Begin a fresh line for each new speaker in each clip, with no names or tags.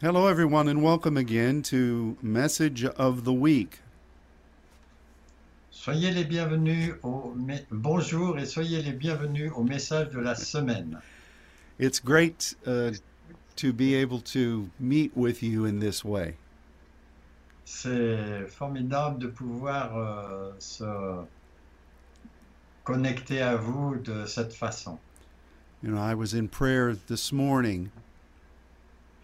Hello, everyone, and welcome again to Message of the Week.
Soyez les bienvenus au me- bonjour et soyez les bienvenus au message de la semaine.
It's great uh, to be able to meet with you in this way.
C'est formidable de pouvoir euh, se connecter à vous de cette façon.
You know, I was in prayer this morning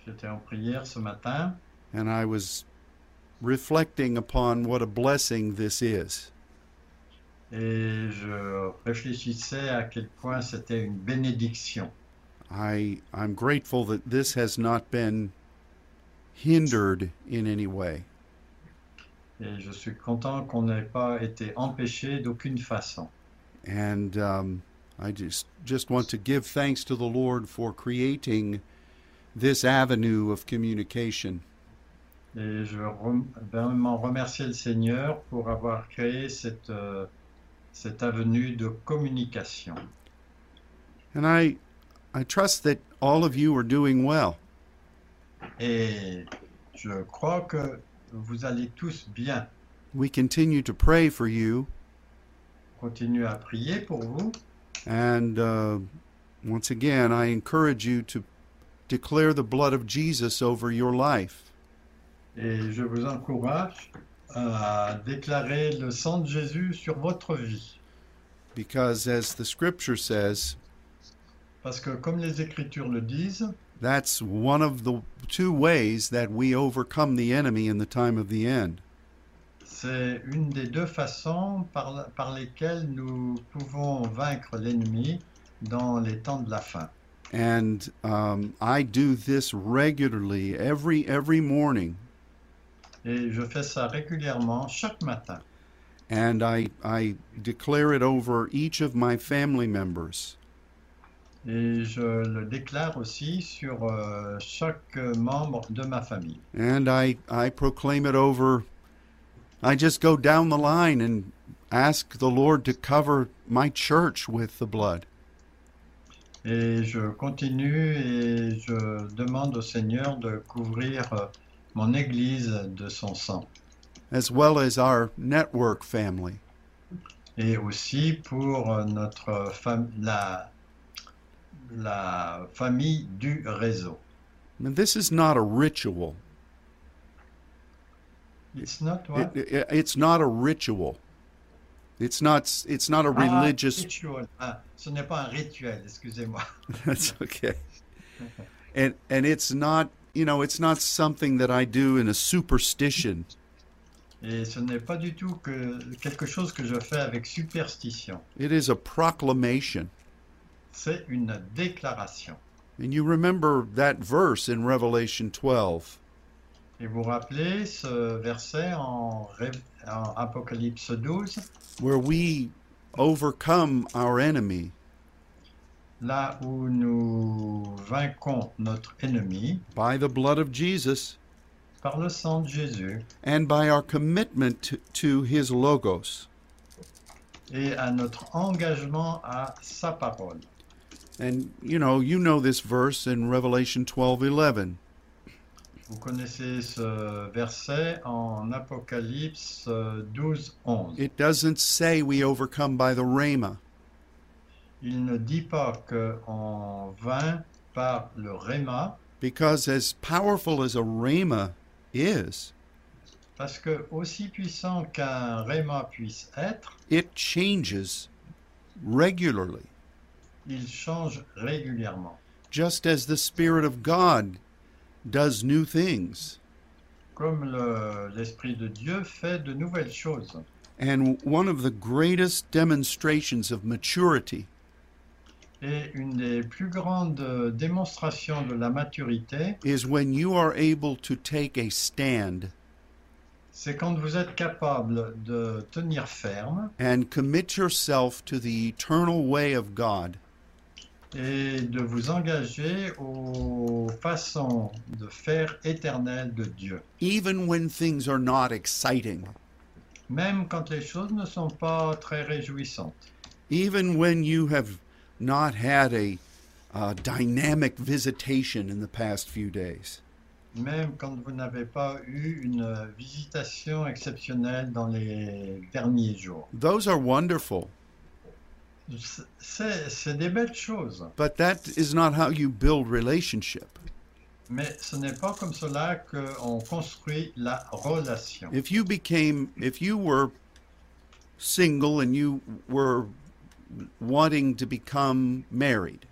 J'étais en prière ce matin
and I was reflecting upon what a blessing this is.
et je réfléchissais à quel point c'était une bénédiction.
I, I'm grateful that this has not been hindered in any way.
Et je suis content qu'on n'ait pas été empêché d'aucune façon.
And um, I just, just want to give thanks to the Lord for creating this avenue of communication.
Et je rem- vraiment remercier le Seigneur pour avoir créé cette, euh, cette avenue de communication.
And I, I trust that all of you are doing well.
Et je crois que vous allez tous bien.
We continue to pray for you,
Continuez à prier pour vous.
and uh, once again, I encourage you to declare the blood of Jesus over your life.
Et je vous encourage à déclarer le sang de Jésus sur votre vie.
Because, as the scripture says,
Parce que comme les Écritures le disent,
that's one of the two ways that we overcome the enemy in the time of the end.
c'est une des deux façons par, la- par lesquelles nous pouvons vaincre l'ennemi dans les temps de la fin.
And um, I do this regularly every every morning,
Et je fais ça régulièrement chaque matin.
and I I declare it over each of my family members.
Et je le déclare aussi sur euh, chaque membre de ma famille.
And I, I proclaim it over. I just go down the line and ask the Lord to cover my church with the blood.
Et je continue et je demande au Seigneur de couvrir euh, mon Église de son sang.
As well as our network family.
Et aussi pour euh, notre fam- la, la famille du réseau.
And this is not a ritual.
It's not
It,
what?
it- it's not a ritual. It's not. It's not a
Ah,
religious.
ritual. Ah, ce n'est pas un rituel, excusez-moi.
That's okay. And and it's not. You know, it's not something that I do in a superstition.
Et ce n'est pas du tout que quelque chose que je fais avec superstition.
It is a proclamation.
C'est une déclaration.
And you remember that verse in Revelation 12.
Et vous rappelez ce verset en, Ré- en Apocalypse 12,
where we overcome our enemy
là où nous vainquons notre ennemi
by the blood of Jesus
par le sang de Jésus
and by our commitment to, to his logos.
et à notre engagement à sa parole.
And you know, you know this verse in Revelation 12:11.
Vous connaissez ce verset en Apocalypse euh, 12, 11.
It doesn't say we overcome by the rhema.
Il ne dit pas qu'on vainc par le réma,
Because as powerful as a rhema is,
parce que aussi puissant qu'un réma puisse être,
it changes regularly,
il change régulièrement.
just as the Spirit of God does new things.
comme le- l'Esprit de Dieu fait de nouvelles choses.
And one of the greatest demonstrations of maturity
Et une des plus grandes euh, démonstrations de la maturité,
is when you are able to take a stand
c'est quand vous êtes capable de tenir ferme
and commit yourself to the eternal way of God.
et de vous engager aux façons de faire éternelles de Dieu.
Even when things are not exciting,
Même quand les choses ne sont pas très réjouissantes,
even when you have not had a uh, dynamic visitation in the past few days,
même quand vous n'avez pas eu une visitation exceptionnelle dans les derniers jours.
Those are wonderful,
C'est- C'est c'est des belles choses,
but that is not how you build relationship.
mais ce n'est pas comme cela qu'on construit la relation.
If you became, if you were single and you were wanting to become married,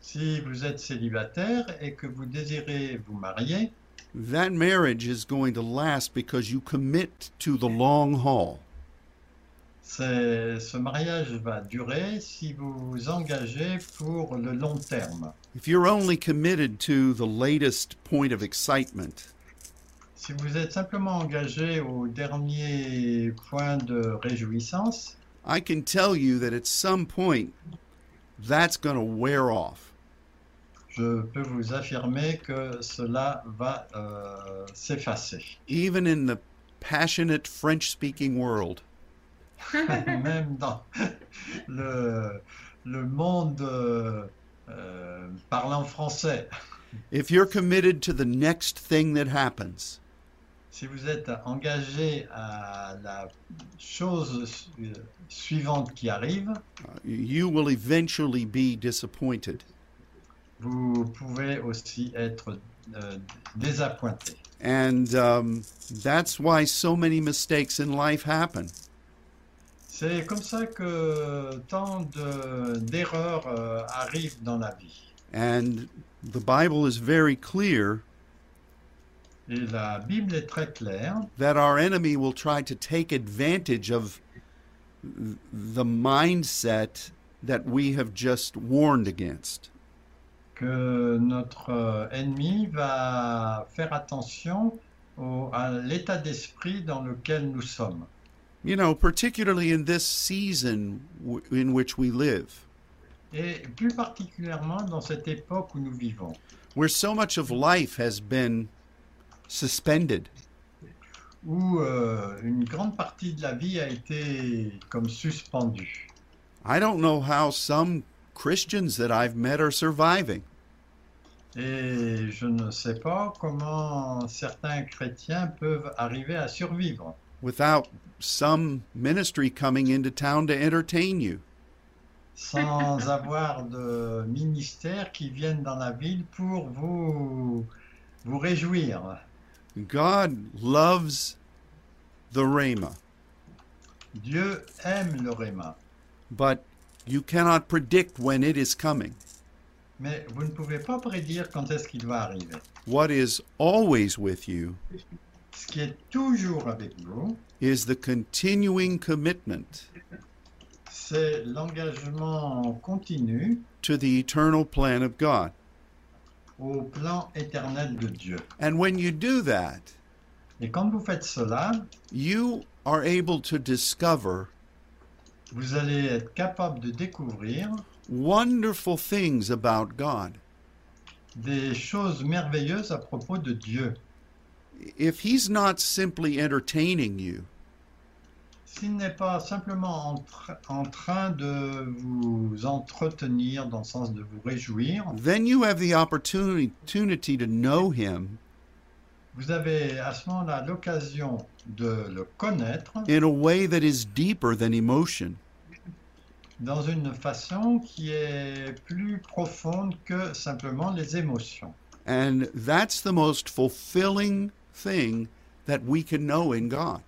Si vous êtes célibataire et que vous désirez vous marier,
that marriage is going to last because you commit to the long haul.
c'est- ce mariage va durer si vous vous engagez pour le long terme.
If you're only committed to the latest point of excitement,
Si vous êtes simplement engagé au dernier point de réjouissance,
I can tell you that at some point that's going to wear off.
je peux vous affirmer que cela va euh, s'effacer.
Even in the passionate French speaking world,
Même dans le, le monde euh, euh, parlant français,
if you're committed to the next thing that happens,
si vous êtes engagé à la chose su- suivante qui arrive,
uh, you will eventually be disappointed.
vous pouvez aussi être euh, désappointé.
And um, that's why so many mistakes in life happen.
C'est comme ça que tant de- d'erreurs euh, arrivent dans la vie.
And the Bible is very clear
Et la Bible est très claire.
that our enemy will try to take advantage of th- the mindset that we have just warned against.
que notre euh, ennemi va faire attention au- à l'état d'esprit dans lequel nous sommes.
You know, particularly in this season w- in which we live,
Et plus particulièrement dans cette époque où nous vivons,
where so much of life has been suspended.
où euh, une grande partie de la vie a été comme suspendue.
I don't know how some Christians that I've met are surviving.
Et je ne sais pas comment certains chrétiens peuvent arriver à survivre
without some ministry coming into town to entertain you.
sans avoir de ministère qui vienne dans la ville pour vous, vous réjouir.
God loves the Rhema,
Dieu aime le Réma,
but you cannot predict when it is coming.
mais vous ne pouvez pas prédire quand est-ce qu'il va arriver.
What is always with you
Ce qui est toujours avec vous,
is the continuing commitment
c'est l'engagement continu
to the eternal plan of God.
au plan éternel de Dieu.
And when you do that,
Et quand vous faites cela,
you are able to discover
vous allez être capable de découvrir
wonderful things about God.
des choses merveilleuses à propos de Dieu.
If He's not simply entertaining you,
S'il n'est pas simplement en, tra- en train de vous entretenir dans le sens de vous réjouir,
then you have the opportunity opportunity to know him
vous avez à ce moment-là l'occasion de le connaître
in a way that is deeper than emotion.
dans une façon qui est plus profonde que simplement les émotions.
And that's the most fulfilling thing that we can know in God.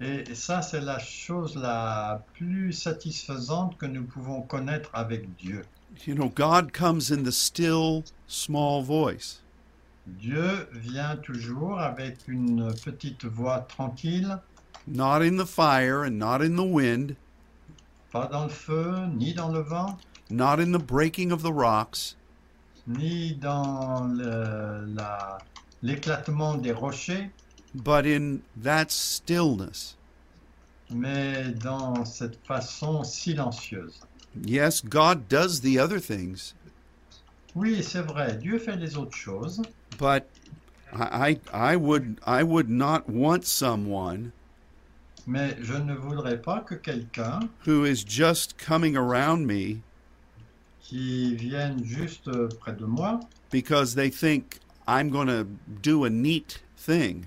Et ça, c'est la chose la plus satisfaisante que nous pouvons connaître avec Dieu.
You know, God comes in the still, small voice.
Dieu vient toujours avec une petite voix tranquille,
Not in the fire and not in the wind,
pas dans le feu, ni dans le vent,
not in the breaking of the rocks,
ni dans le- la- l'éclatement des rochers,
but in that stillness.
mais dans cette façon silencieuse.
Yes, God does the other things,
Oui, c'est vrai, Dieu fait les autres choses,
but I, I, I would I would not want someone
mais je ne voudrais pas que quelqu'un
who is just coming around me
qui vienne juste près de moi
because they think I'm going to do a neat thing.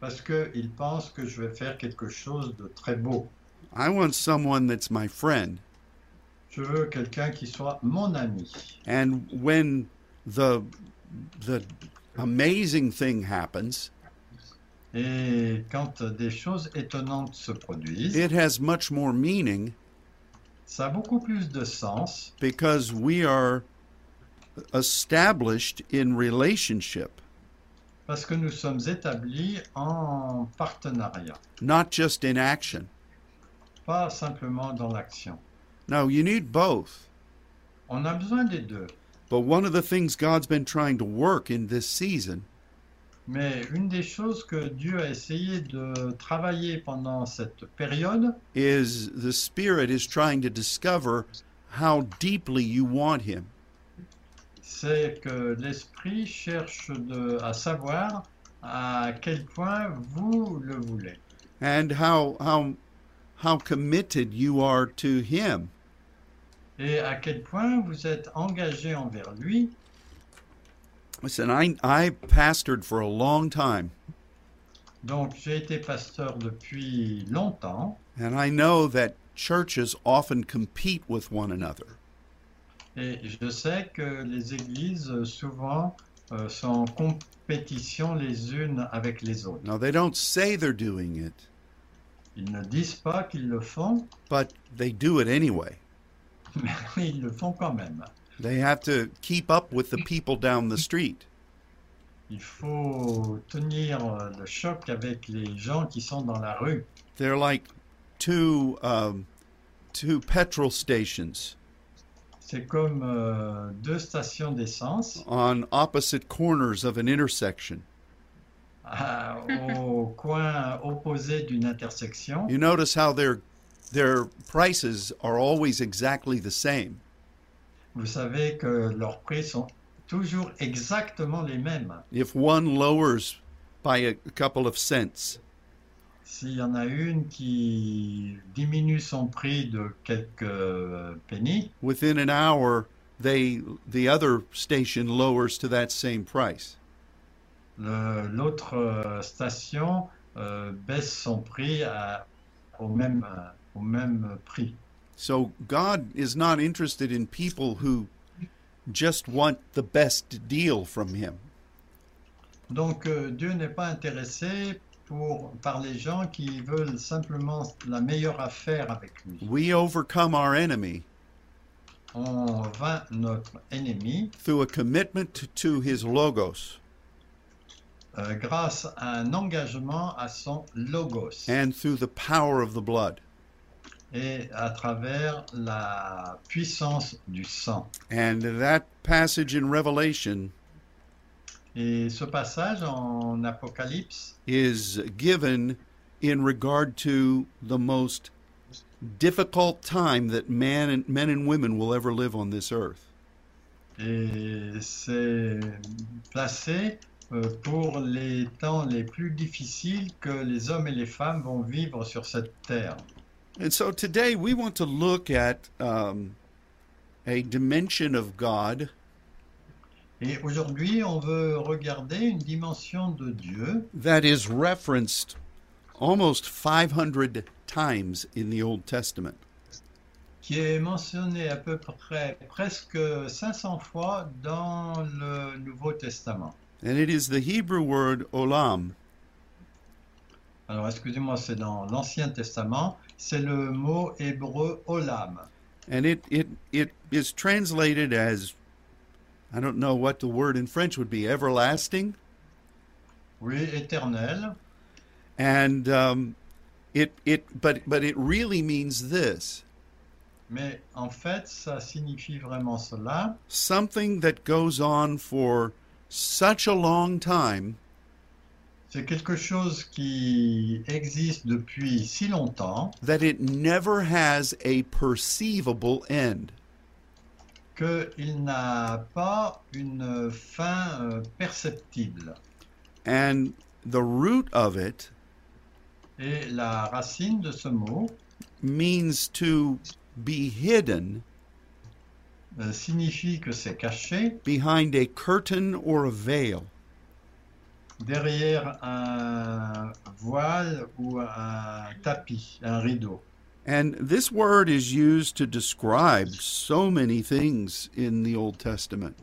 parce qu'ils pensent que je vais faire quelque chose de très beau.
I want someone that's my friend.
Je veux quelqu'un qui soit mon ami.
And when the the amazing thing happens,
Et quand des choses étonnantes se produisent,
it has much more meaning
ça a beaucoup plus de sens
because we are established in relationship,
parce que nous sommes établis en partenariat,
not just in action.
pas simplement dans l'action.
Now, you need both.
On a besoin des deux,
But one of the things God's been trying to work in this season
mais une des choses que Dieu a essayé de travailler pendant cette période,
is the Spirit is trying to discover how deeply you want Him.
c'est que l'esprit cherche de- à savoir à quel point vous le voulez
and how how how committed you are to him
et à quel point vous êtes engagé envers lui.
listen i i pastored for a long time
Donc j'ai été pasteur depuis longtemps
and i know that churches often compete with one another
et je sais que les églises euh, souvent euh, sont en compétition les unes avec les autres.
now they don't say they're doing it
Ils ne disent pas qu'ils le font,
but they do it anyway
mais ils le font quand même.
they have to keep up with the people down the street
Il faut tenir euh, le choc avec les gens qui sont dans la rue.
they're like two um, two petrol stations
C'est comme euh, deux stations d'essence
on opposite corners of an intersection
à- euh, au coin opposé d'une intersection.
You notice how their their prices are always exactly the same.
Vous savez que leurs prix sont toujours exactement les mêmes.
If one lowers by a couple of cents,
S'il y en a une qui diminue son prix de quelques euh, pennies,
within an hour they the other station lowers to that same price.
le- l'autre euh, station euh, baisse son prix à- au, même, euh, au même prix.
So God is not interested in people who just want the best deal from him.
Donc euh, Dieu n'est pas intéressé pour, par les gens qui veulent simplement la meilleure affaire avec lui.
We overcome our enemy
On vainc notre ennemi
through a commitment to, to his logos
euh, grâce à un engagement à son logos
and through the power of the blood.
et à travers la puissance du sang.
And that passage in Revelation
Et ce passage en Apocalypse
is given in regard to the most difficult time that man and, men and women will ever live on this earth.
et c'est placé euh, pour les temps les plus difficiles que les hommes et les femmes vont vivre sur cette terre.
And so today we want to look at um, a dimension of God
Et aujourd'hui, on veut regarder une dimension de Dieu
that is referenced almost 500 times in the Old Testament.
qui est mentionnée à peu près presque 500 fois dans le Nouveau Testament.
And it is the Hebrew word olam,
Alors, excusez-moi, c'est dans l'Ancien Testament, c'est le mot hébreu olam.
and it, it, it is translated as, I don't know what the word in French would be, everlasting?
Oui, éternel.
and um, it it but but it really means this
Mais en fait, ça signifie vraiment cela.
something that goes on for such a long time
C'est quelque chose qui existe depuis si longtemps
that it never has a perceivable end
qu'il n'a pas une fin euh, perceptible.
and the root of it
Et la racine de ce mot
means to be hidden
euh, signifie que c'est caché
behind a curtain or a veil.
derrière un voile ou un tapis, un rideau.
And this word is used to describe so many things in the Old Testament.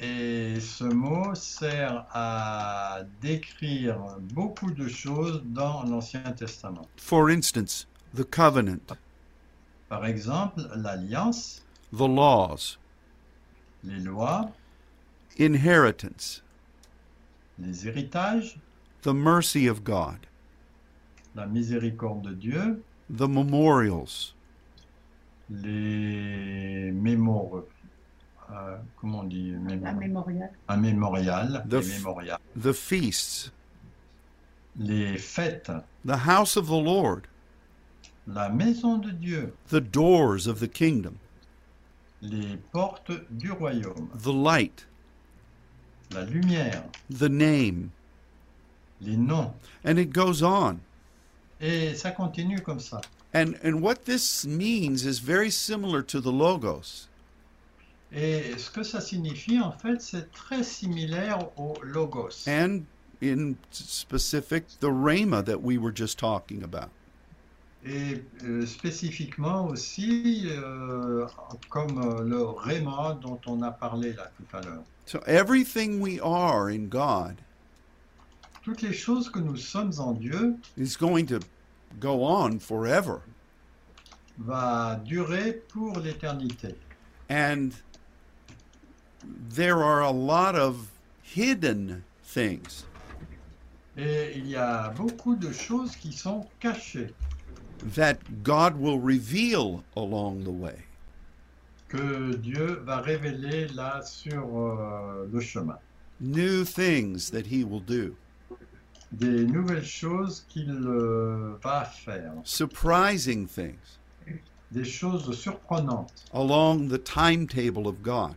Et ce mot sert à décrire beaucoup de choses dans l'Ancien Testament.
For instance, the covenant,
Par exemple, l'alliance,
the laws,
les lois,
inheritance,
les héritages,
the mercy of God,
la miséricorde de Dieu,
the memorials,
les mémoraux. euh, comment on dit mémo-
Un mémorial.
Un mémorial,
The
les
f-
mémorials,
the feasts,
les fêtes,
the house of the Lord,
la maison de Dieu,
the doors of the kingdom,
les portes du royaume,
the light,
la lumière,
the name.
les noms.
And it goes on.
Et ça continue comme ça.
And, and what this means is very similar to the logos.
Et ce que ça signifie, en fait, c'est très similaire au logos.
and in specific the rhema that we were just talking about
Et euh, spécifiquement aussi, euh, comme euh, le rhéma dont on a parlé là tout à l'heure.
so everything we are in god
Toutes les choses que nous sommes en Dieu
is going to go on forever
va durer pour l'éternité.
and there are a lot of hidden things
Et il y a beaucoup de choses qui sont cachées,
that god will reveal along the way
que Dieu va révéler là sur euh, le chemin.
new things that he will do
Des nouvelles choses qu'il euh, va faire,
surprising things
des choses surprenantes.
along the timetable of god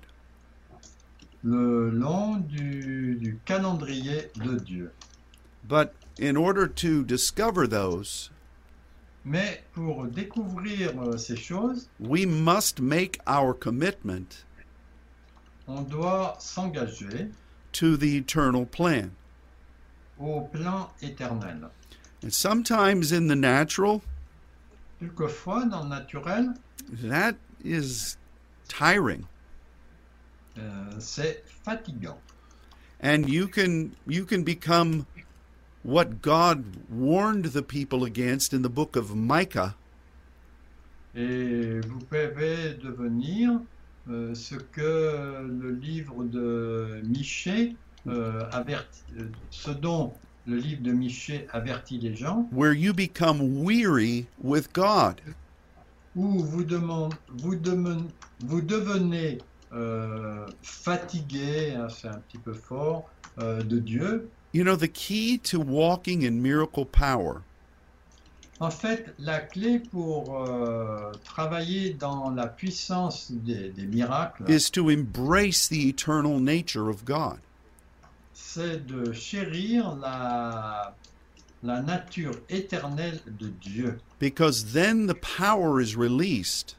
le long du, du calendrier de Dieu.
but in order to discover those
Mais pour découvrir euh, ces choses,
we must make our commitment
on doit s'engager
to the eternal plan.
au plan éternel.
And sometimes in the natural,
Quelquefois, dans le naturel,
that is tiring.
euh, c'est fatigant.
And you can you can become what God warned the people against in the book of Micah,
Et vous pouvez devenir euh, ce que le livre de Michée euh, averti- euh, ce dont le livre de Michée avertit les gens,
where you become weary with God.
où vous, demande- vous, demen- vous devenez euh, fatigué, hein, c'est un petit peu fort, euh, de Dieu.
You know, the key to walking in miracle power
En fait, la clé pour euh, travailler dans la puissance des, des miracles,
is to embrace the eternal nature of God.
c'est de chérir la, la nature éternelle de Dieu.
Because then the power is released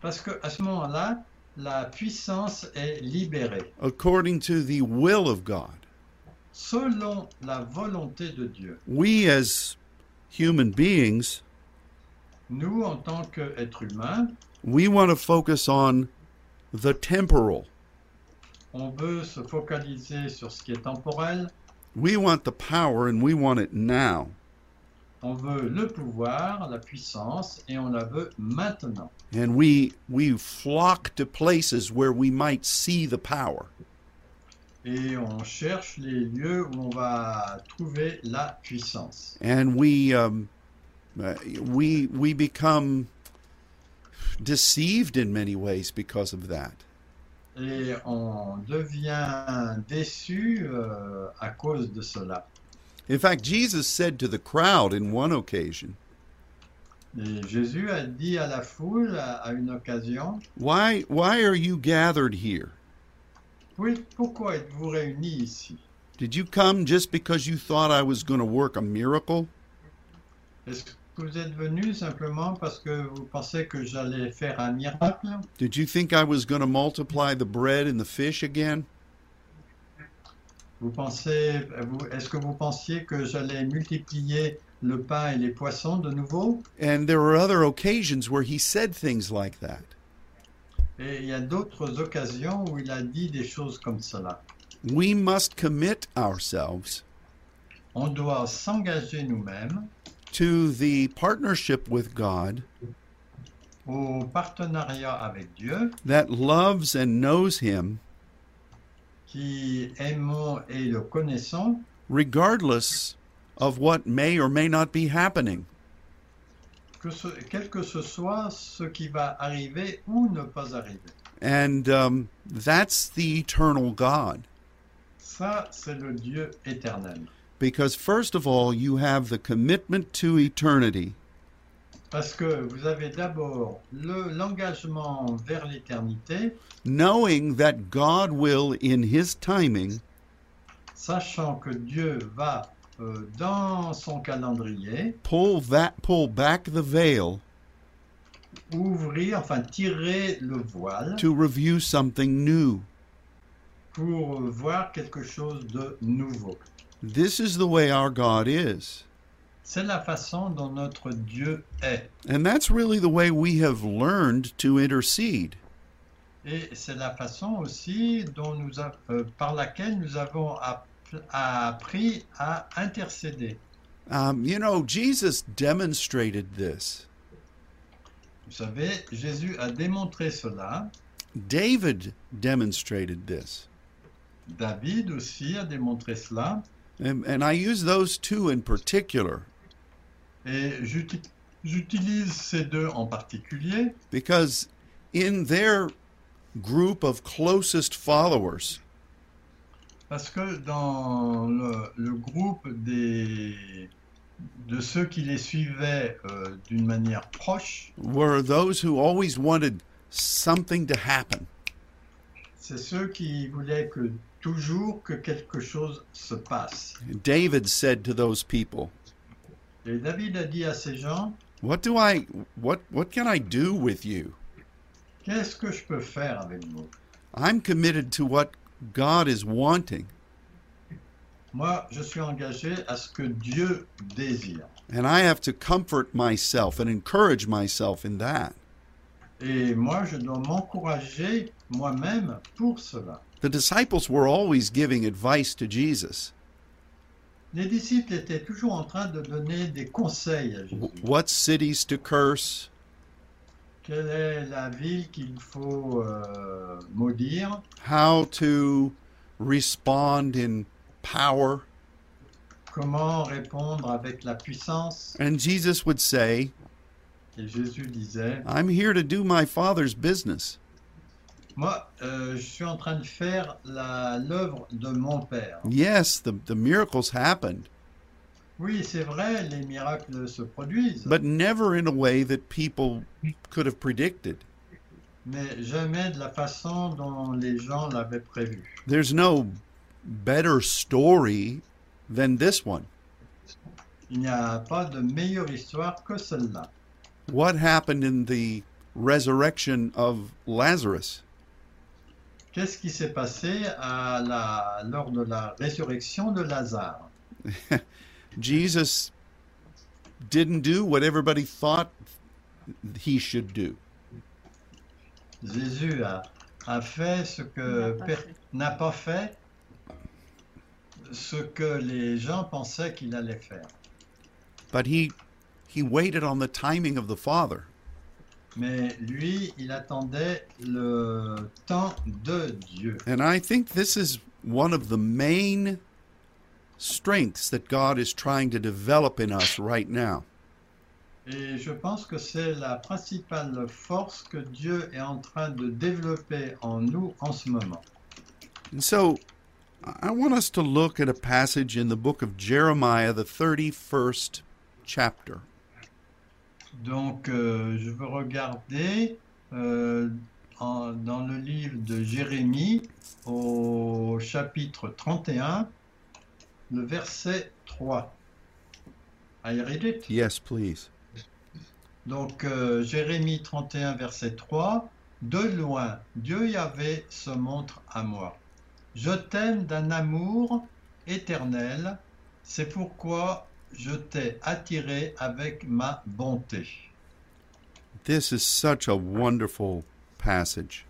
Parce que à ce moment-là, la puissance est libérée
according to the will of God.
selon la volonté de Dieu.
we as human beings,
Nous, en tant qu'êtres humains,
we want to focus on the temporal.
On veut se focaliser sur ce qui est temporel,
We want the power and we want it now.
on veut le pouvoir, la puissance, et on la veut maintenant.
And we we flock to places where we might see the power.
Et on cherche les lieux où on va trouver la puissance.
And we um, uh, we we become deceived in many ways because of that.
Et on devient déçu euh, à cause de cela.
In fact, Jesus said to the crowd in one occasion,
Et Jésus a dit à la foule, à, à une occasion,
"Why why are you gathered here?
Oui, pourquoi êtes-vous réunis ici
Did you come just because you thought I was going to work a miracle?"
Est-ce que vous êtes venu simplement parce que vous pensez que j'allais faire un miracle
Did you think I was going to multiply the bread and the fish again?
Vous pensez, vous- est-ce que vous pensiez que j'allais multiplier le pain et les poissons de nouveau
And there were other occasions where he said things like that.
Et il y a d'autres occasions où il a dit des choses comme cela.
We must commit ourselves
On doit s'engager nous-mêmes
to the partnership with God
au partenariat avec Dieu
that loves and knows him,
qui aimons et le connaissons,
regardless of what may or may not be happening.
que ce- quel que ce soit ce qui va arriver ou ne pas arriver.
And um, that's the eternal God.
Ça, c'est le Dieu éternel.
Because, first of all, you have the commitment to eternity,
Parce que vous avez d'abord le- l'engagement vers l'éternité,
knowing that God will, in his timing,
sachant que Dieu va euh, dans son calendrier
pull, that, pull back the veil
ouvrir, enfin tirer le voile
to review something new.
pour voir quelque chose de nouveau.
This is the way our God is.
C'est la façon dont notre Dieu est.
And that's really the way we have learned to intercede.
Et c'est la façon aussi dont nous a- euh, par laquelle nous avons app- appris à intercéder.
Um, you know, Jesus demonstrated this.
Vous savez, Jésus a démontré cela,
David demonstrated this.
David aussi a démontré cela,
And, and I use those two in particular
et j'uti- j'utilise ces deux en particulier
because in their group of closest followers,
Parce que dans le, le groupe des, de ceux qui les suivaient euh, d'une manière proche,
were those who always wanted something to happen.
c'est ceux qui voulaient que toujours que quelque chose se passe.
David said to those people,
Et David a dit à ces gens,
"What do I what what can I do with you?
qu'est-ce que je peux faire avec vous
I'm committed to what God is wanting,
Moi, je suis engagé à ce que Dieu désire.
and I have to comfort myself and encourage myself in that."
Et moi, je dois m'encourager moi-même pour cela.
The disciples were always giving advice to Jesus.
Les disciples étaient toujours en train de donner des conseils à Jésus.
Wh- What cities to curse?
Quelle est la ville qu'il faut euh, maudire
How to respond in power?
Comment répondre avec la puissance
And Jesus would say,
Et Jésus disait,
"I'm here to do my Father's business."
moi, euh, je suis en train de faire la- l'œuvre de mon Père.
Yes, the, the miracles happened,
Oui, c'est vrai, les miracles se produisent,
but never in a way that people could have predicted.
mais jamais de la façon dont les gens l'avaient prévu.
There's no better story than this one.
Il n'y a pas de meilleure histoire que celle-là.
What happened in the resurrection of Lazarus?
Qu'est-ce qui s'est passé à la- lors de la résurrection de Lazare
Jesus didn't do what everybody thought he should do.
Jésus a, a fait ce que
N'a pas
per-
fait.
n'a pas fait ce que les gens pensaient qu'il allait faire.
But he he waited on the timing of the Father.
Mais lui, il attendait le temps de Dieu.
And I think this is one of the main strengths that God is trying to develop in us right now.
Et je pense que c'est la principale force que Dieu est en train de développer en nous en ce moment.
And so I I want us to look at a passage in the book of Jeremiah, the 31st chapter.
Donc, euh, je veux regarder euh, en- dans le livre de Jérémie, au chapitre 31, le verset 3. I read it.
Yes, please.
Donc euh, Jérémie 31, verset 3, De loin, Dieu Yahvé se montre à moi. Je t'aime d'un amour éternel, c'est pourquoi je t'ai attiré avec ma bonté.
This is such a wonderful passage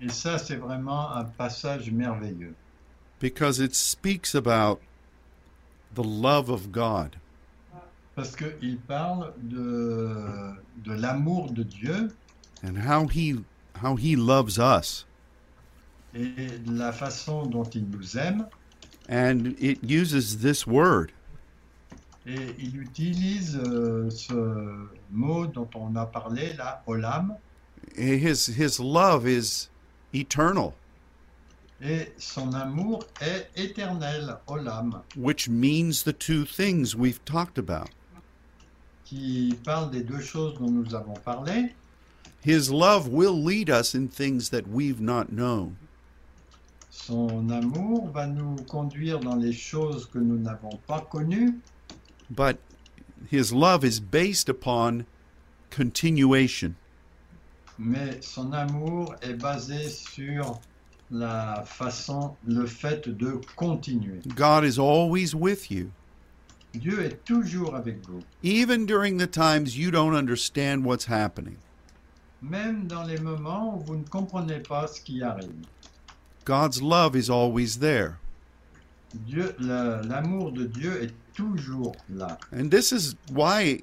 Et ça, c'est vraiment un passage merveilleux,
because it speaks about the love of God.
parce qu'il parle de, de l'amour de Dieu
and how he how he loves us
et de la façon dont il nous aime,
and it uses this word
et il utilise euh, ce mot dont on a parlé, là, olam,
his his love is eternal
et son amour est éternel, olam,
which means the two things we've talked about
qui parle des deux choses dont nous avons parlé.
his love will lead us in things that we've not known
Son amour va nous conduire dans les choses que nous n'avons pas connues,
but his love is based upon continuation
mais son amour est basé sur la façon, le fait de continuer.
god is always with you
Dieu est toujours avec vous,
even during the times you don't understand what's happening
même dans les moments où vous ne comprenez pas ce qui arrive.
god's love is always there
Dieu, le- l'amour de Dieu est toujours là.
And this is why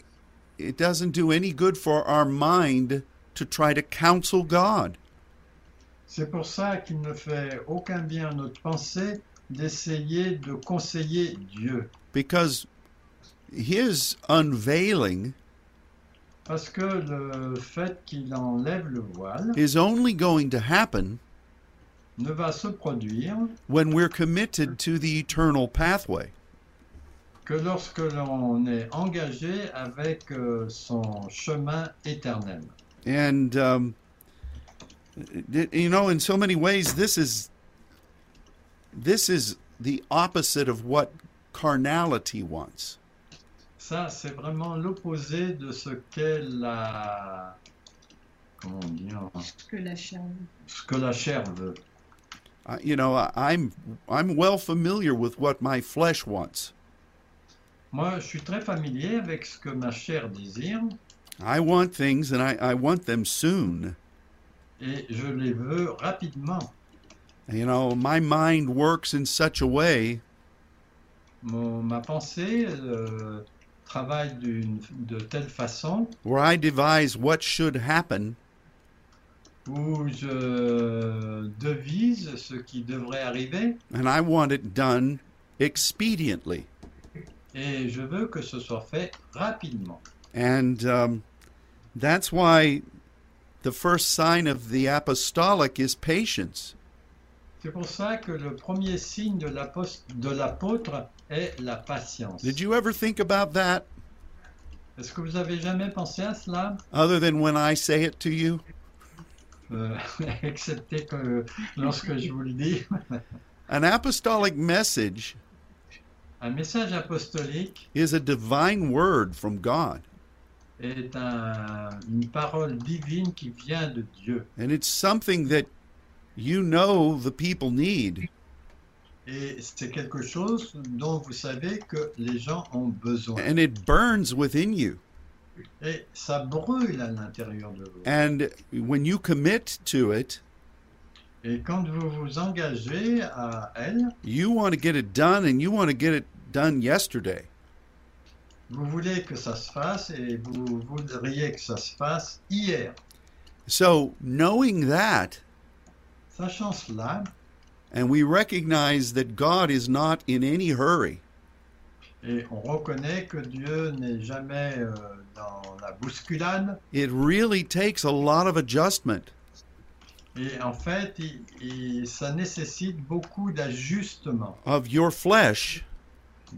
it doesn't do any good for our mind to try to counsel God.
C'est pour ça qu'il ne fait aucun bien à notre pensée d'essayer de conseiller Dieu,
Because his unveiling
parce que le fait qu'il enlève le voile
is only going to happen
ne va se produire
when we're committed to the eternal pathway.
que lorsque l'on est engagé avec euh, son chemin éternel.
And, um, y- you know, in so many ways, this is. This is the opposite of what carnality wants.
Ça, c'est vraiment l'opposé de ce qu'est la... Comment on dit en-
que la chair.
Ce que la chair veut.
I, you know, I, I'm I'm well familiar with what my flesh wants.
Moi, je suis très familier avec ce que ma chair désire
I want things and I, I want them soon.
et je les veux rapidement.
You know, my mind works in such a way
Mon- ma pensée euh, travaille d'une- de telle façon
where I devise what should happen
où je devise ce qui devrait arriver
and I want it done expediently.
et je veux que ce soit fait rapidement.
And um, that's why the first sign of the apostolic is patience.
C'est pour ça que le premier signe de l'apos- de l'apôtre est la patience.
Did you ever think about that
Est-ce que vous avez jamais pensé à cela
other than when I say it to you?
Euh, Excepté que lorsque je vous le dis,
An apostolic message
un message apostolique
is a divine word from God,
est un- une parole divine qui vient de Dieu.
and it's something that you know the people need.
Et c'est quelque chose dont vous savez que les gens ont besoin.
and it burns within you.
Et ça brûle à l'intérieur de vous.
And when you commit to it,
Et quand vous vous engagez à elle,
you want to get it done and you want to get it done yesterday.
vous voulez que ça se fasse et vous voudriez que ça se fasse hier.
So, knowing that,
Sachant cela,
and we recognize that God is not in any hurry,
et on reconnaît que Dieu n'est jamais euh, dans la bousculade,
it really takes a lot of adjustment.
et en fait, il- il- ça nécessite beaucoup d'ajustements
Of your flesh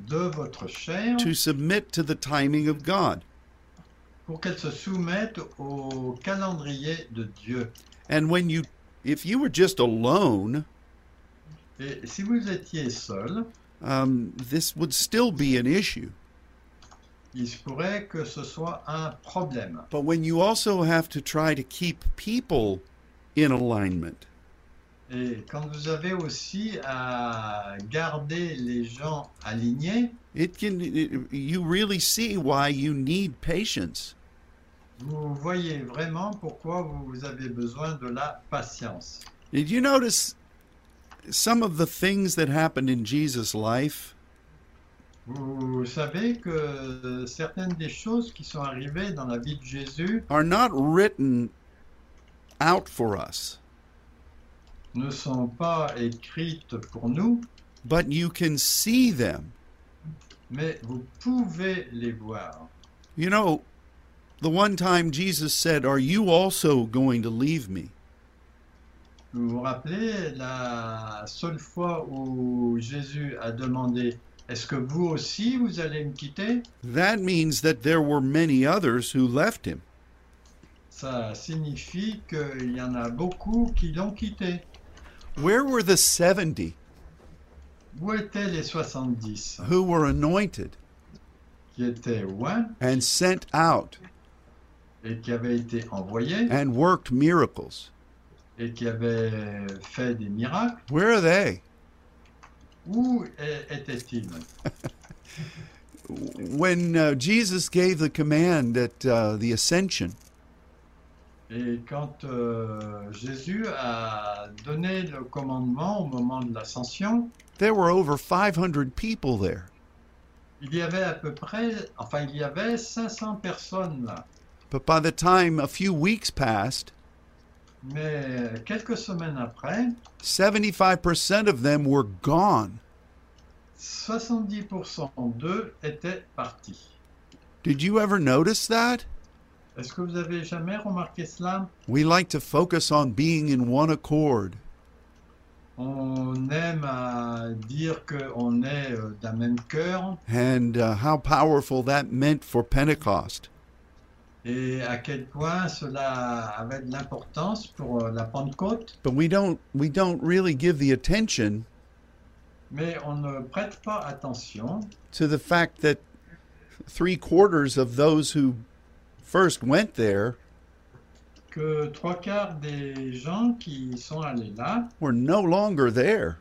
de votre chair
to submit to the timing of God.
pour qu'elle se soumette au calendrier de Dieu.
And when you, if you were just alone,
Et si vous étiez seul,
um, this would still be an issue.
il se pourrait que ce soit un problème.
But when you also have to try to keep people in alignment,
Et quand vous avez aussi à garder les gens alignés,
it can it, you really see why you need patience.
vous voyez vraiment pourquoi vous avez besoin de la patience.
Did you notice some of the things that happened in Jesus' life?
Vous savez que certaines des choses qui sont arrivées dans la vie de Jésus
are not written out for us,
ne sont pas écrites pour nous,
but you can see them.
mais vous pouvez les voir.
You know, the one time Jesus said, Are you also going to leave me?
Vous vous rappelez la seule fois où Jésus a demandé Est-ce que vous aussi vous allez me quitter
That means that there were many others who left him.
Ça signifie qu'il y en a beaucoup qui l'ont quitté.
Where were the 70
Où étaient les 70
who were anointed
qui étaient loin
and sent out
et qui avaient été envoyés
and worked miracles?
et qui avaient fait des miracles
Where are they?
Où é- étaient-ils
When uh, Jesus gave the command at uh, the ascension,
Et quand euh, Jésus a donné le commandement au moment de l'ascension,
there were over 500 people there.
il y avait à peu près, enfin il y avait 500 personnes là.
But by the time a few weeks passed,
Mais quelques semaines après,
75% of them were gone.
70% d'eux étaient partis.
Did you ever notice that?
Est-ce que vous avez jamais remarqué cela
We like to focus on being in one accord,
On aime à dire qu'on est euh, d'un même cœur
and uh, how powerful that meant for Pentecost.
et à quel point cela avait de l'importance pour euh, la Pentecôte.
But we don't we don't really give the attention
Mais on ne prête pas attention
to the fact that three quarters of those who first went there
que trois quarts des gens qui sont allés là
were no longer there.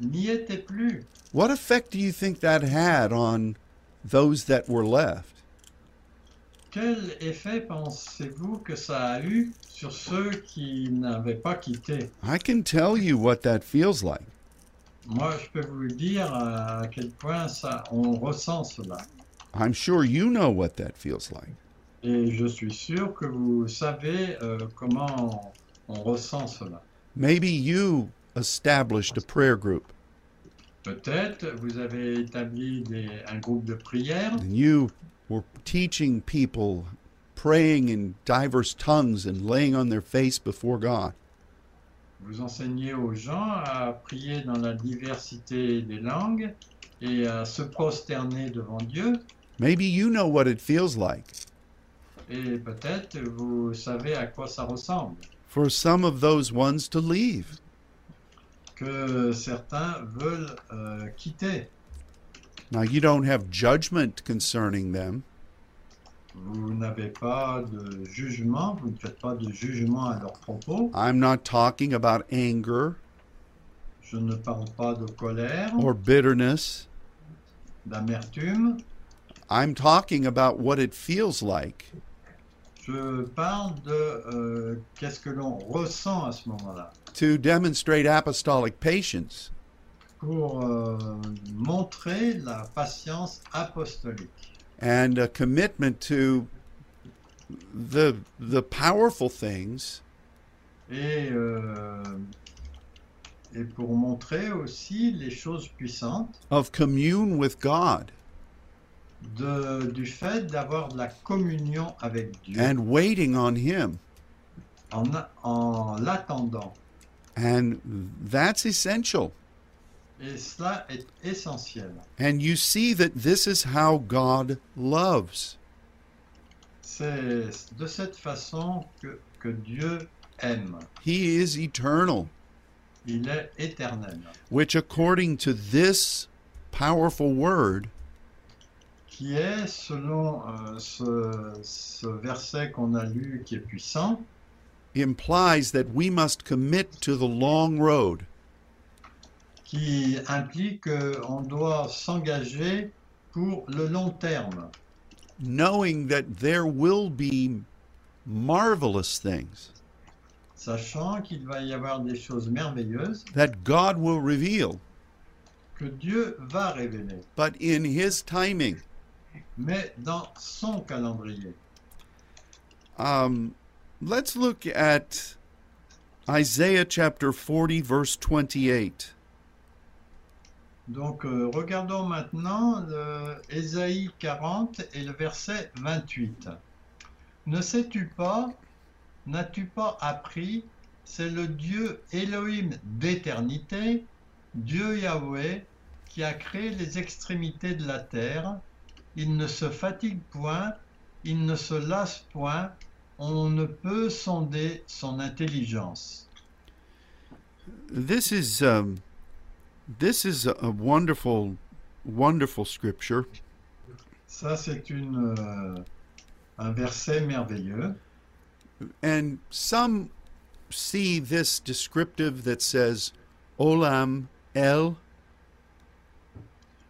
n'y étaient plus.
What effect do you think that had on those that were left?
Quel effet pensez-vous que ça a eu sur ceux qui n'avaient pas quitté
I can tell you what that feels like.
Moi, je peux vous dire euh, à quel point ça, on ressent cela.
I'm sure you know what that feels like.
Et je suis sûr que vous savez euh, comment on, on ressent cela.
Maybe you established a prayer group
Peut-être vous avez établi des- un groupe de prière
and you were teaching people praying in diverse tongues and laying on their face before God.
Vous enseignez aux gens à prier dans la diversité des langues et à se prosterner devant Dieu.
Maybe you know what it feels like.
Et peut-être vous savez à quoi ça ressemble,
for some of those ones to leave.
que certains veulent euh, quitter.
Now, you don't have judgment concerning them,
Vous n'avez pas de jugement, vous ne faites pas de jugement à leurs propos.
I'm not talking about anger
Je ne parle pas de colère,
or bitterness.
d'amertume.
I'm talking about what it feels like
Je parle de euh, qu'est-ce que l'on ressent à ce moment-là
to demonstrate apostolic patience.
pour euh, montrer la patience apostolique.
and a commitment to the the powerful things
et, euh, et pour montrer aussi les choses puissantes
of commune with God
de- du fait d'avoir de la communion avec Dieu
and waiting on him
en, a- en l'attendant.
and that's essential
Et cela est essentiel.
and you see that this is how God loves
C'est de cette façon que, que Dieu aime.
he is eternal
Il est éternel.
which according to this powerful word
qui est, selon euh, ce, ce verset qu'on a lu qui est puissant,
implies that we must commit to the long road.
qui implique qu'on doit s'engager pour le long terme,
knowing that there will be marvelous things
sachant qu'il va y avoir des choses merveilleuses
that God will reveal,
que Dieu va révéler,
but in His timing.
mais dans son calendrier.
Um, let's look at Isaiah chapter 40, verse 28.
Donc euh, regardons maintenant le Ésaïe 40 et le verset 28. Ne sais-tu pas, n'as-tu pas appris, c'est le Dieu Elohim d'éternité, Dieu Yahweh, qui a créé les extrémités de la terre. Il ne se fatigue point, il ne se lasse point, on ne peut sonder son intelligence.
This is um, this is a- a wonderful, wonderful scripture.
Ça, c'est une, euh, un verset merveilleux.
And some see this descriptive that says Olam El,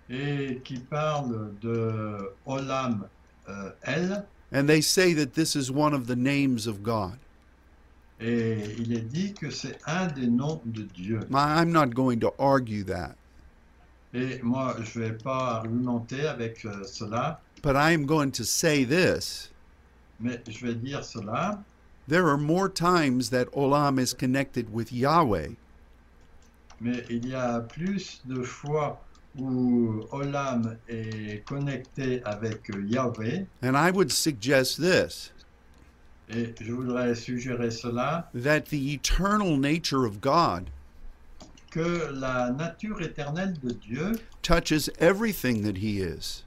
et qui parle de Olam euh, El,
and they say that this is one of the names of God.
et il est dit que c'est un des noms de Dieu.
I- I'm not going to argue that,
Et moi, je ne vais pas argumenter avec euh, cela,
but I am going to say this.
mais je vais dire cela.
There are more times that Olam is connected with Yahweh
Mais il y a plus de fois où Olam est connecté avec Yahvé,
And I would suggest this
et je voudrais suggérer cela,
that the eternal nature of God
que la nature éternelle de Dieu
touches everything that He is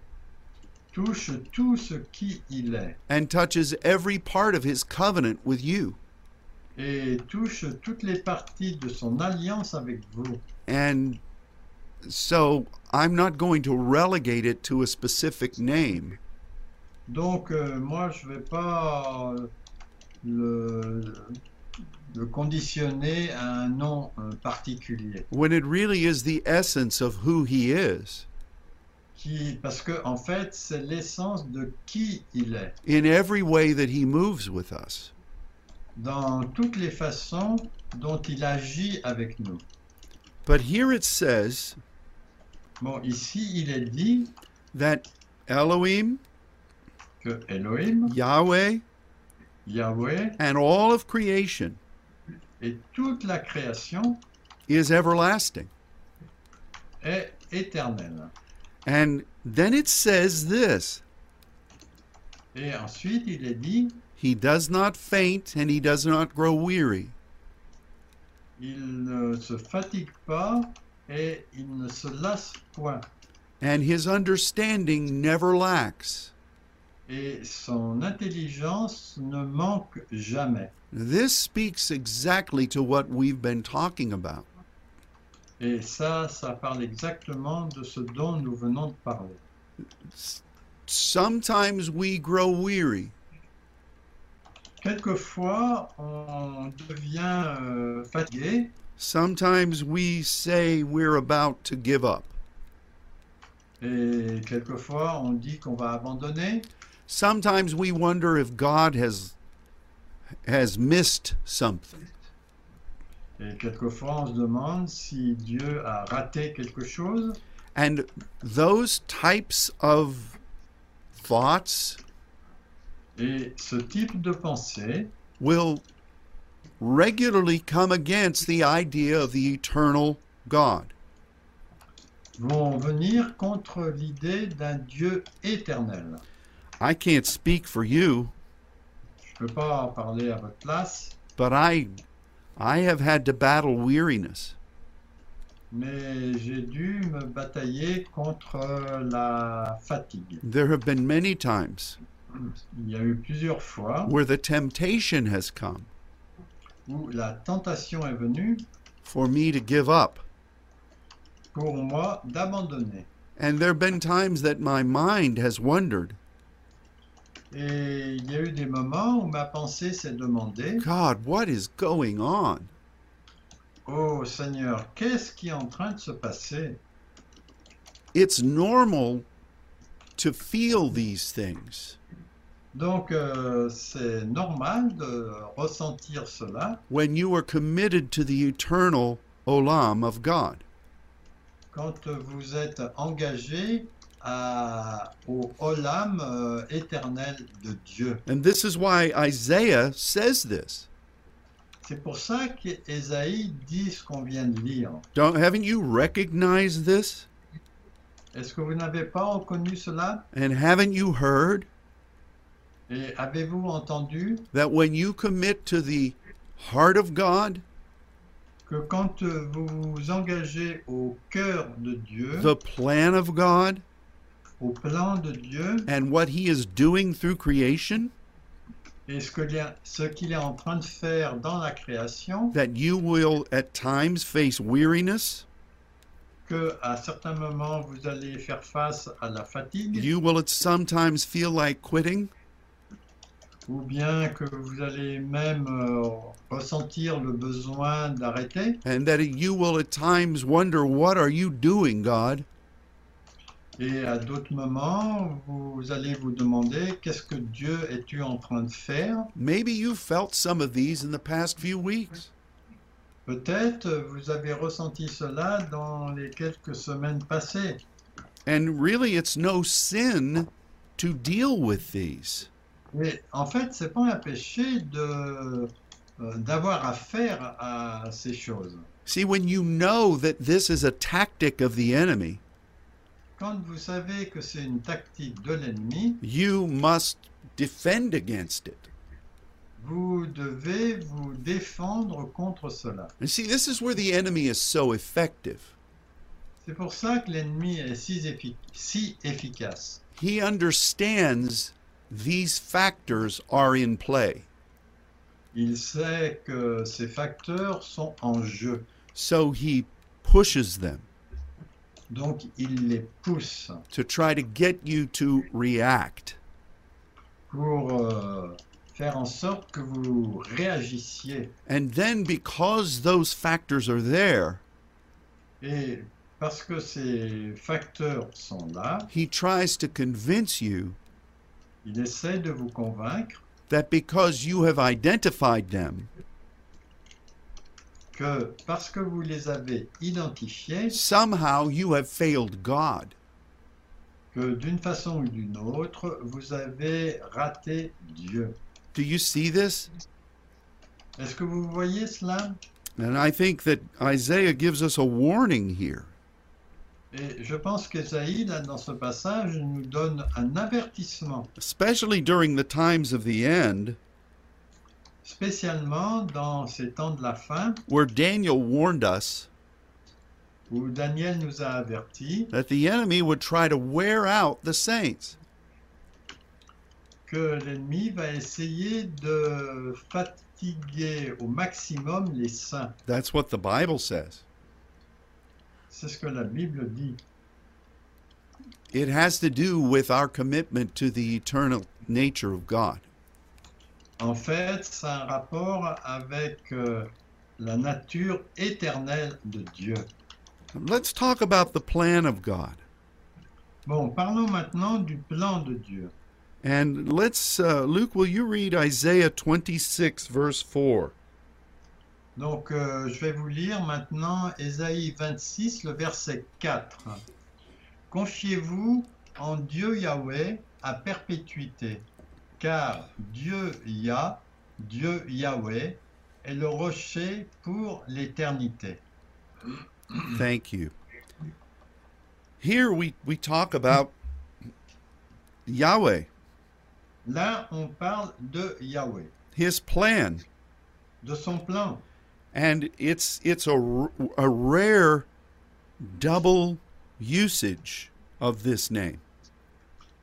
touche tout ce qui il est.
and touches every part of His covenant with you.
et touche toutes les parties de son alliance avec vous.
And so I'm not going to relegate it to a specific name,
Donc euh, moi je ne vais pas euh, le, le conditionner à un nom euh, particulier,
when it really is the essence of who He is
qui, parce que en fait c'est l'essence de qui il est,
in every way that He moves with us.
dans toutes les façons dont il agit avec nous.
But here it says
Bon, ici il est dit
that Elohim,
que Elohim,
Yahweh,
Yahweh
and all of creation
et toute la création
is everlasting.
est éternelle.
And then it says this
Et ensuite il est dit
He does not faint and he does not grow weary.
Il ne se fatigue pas et il ne se lasse point.
And his understanding never lacks.
Et son intelligence ne manque jamais.
This speaks exactly to what we've been talking about.
Et ça, ça parle exactement de ce dont nous venons de parler.
S- Sometimes we grow weary,
Quelquefois, on devient euh, fatigué.
sometimes we say we're about to give up,
Et quelquefois, on dit qu'on va abandonner.
sometimes we wonder if God has, has missed something.
Et quelquefois, on se demande si Dieu a raté quelque chose.
And those types of thoughts
Et ce type de pensée
will regularly come against the idea of the eternal God.
vont venir contre l'idée d'un Dieu éternel.
I can't speak for you,
Je ne peux pas en parler à votre place,
but I I have had to battle weariness.
mais j'ai dû me batailler contre la fatigue.
There have been many times
Il y a eu plusieurs fois
where the temptation has come
où la tentation est venue
for me to give up,
pour moi d'abandonner.
And there have been times that my mind has wondered,
Et il y a eu des moments où ma pensée s'est demandé
God, what is going on?
Oh Seigneur, qu'est-ce qui est en train de se passer
It's normal to feel these things
Donc euh, c'est normal de ressentir cela
when you are committed to the eternal olam of God.
quand vous êtes engagé à- au olam euh, éternel de Dieu.
And this is why Isaiah says this.
C'est pour ça qu'Ésaïe dit ce qu'on vient de lire.
Don't haven't you recognized this?
Est-ce que vous n'avez pas reconnu cela
And haven't you heard
Et avez-vous entendu
that when you commit to the heart of God,
que quand euh, vous vous engagez au cœur de Dieu,
the plan of God,
au plan de Dieu,
and what he is doing through creation,
et ce que il est- ce qu'il est en train de faire dans la création,
that you will at times face weariness,
que à certains moments vous allez faire face à la fatigue,
you will at sometimes feel like quitting,
ou bien que vous allez même euh, ressentir le besoin d'arrêter,
and that you will at times wonder, what are you doing, God?
et à d'autres moments vous allez vous demander qu'est-ce que Dieu es-tu en train de faire
Maybe you've felt some of these in the past few weeks.
Peut-être euh, vous avez ressenti cela dans les quelques semaines passées.
And really, it's no sin to deal with these.
Mais en fait, c'est pas un péché de euh, d'avoir affaire à ces choses.
See, when you know that this is a tactic of the enemy,
Quand vous savez que c'est une tactique de l'ennemi,
you must defend against it.
vous devez vous défendre contre cela.
And see, this is where the enemy is so effective.
C'est pour ça que l'ennemi est si, effi- si efficace.
He understands these factors are in play.
Il sait que ces facteurs sont en jeu,
So he pushes them
donc il les pousse
to try to get you to react.
pour euh, faire en sorte que vous réagissiez.
And then, because those factors are there,
Et parce que ces facteurs sont là,
he tries to convince you
Il essaie de vous convaincre
that because you have identified them,
que parce que vous les avez identifiés,
somehow you have failed God.
que d'une façon ou d'une autre, vous avez raté Dieu.
Do you see this?
Est-ce que vous voyez cela
And I think that Isaiah gives us a warning here.
Et je pense qu'Ésaïe, là, dans ce passage, nous donne un avertissement,
especially during the times of the end,
spécialement dans ces temps de la fin
where Daniel warned us
où Daniel nous a avertis
that the enemy would try to wear out the saints.
que l'ennemi va essayer de fatiguer au maximum les saints.
That's what the Bible says.
C'est ce que la Bible dit.
It has to do with our commitment to the eternal nature of God.
En fait, c'est un rapport avec euh, la nature éternelle de Dieu.
Let's talk about the plan of God.
Bon, parlons maintenant du plan de Dieu.
And let's, uh, Luke, will you read Isaiah 26, verse 4?
Donc, euh, je vais vous lire maintenant Ésaïe 26, le verset 4. Confiez-vous en Dieu Yahweh à perpétuité, car Dieu Yah, Dieu Yahweh, est le rocher pour l'éternité.
Thank you. Here we, we talk about Yahweh,
Là, on parle de Yahweh,
his plan.
de son plan.
and it's it's a, r- a rare double usage of this name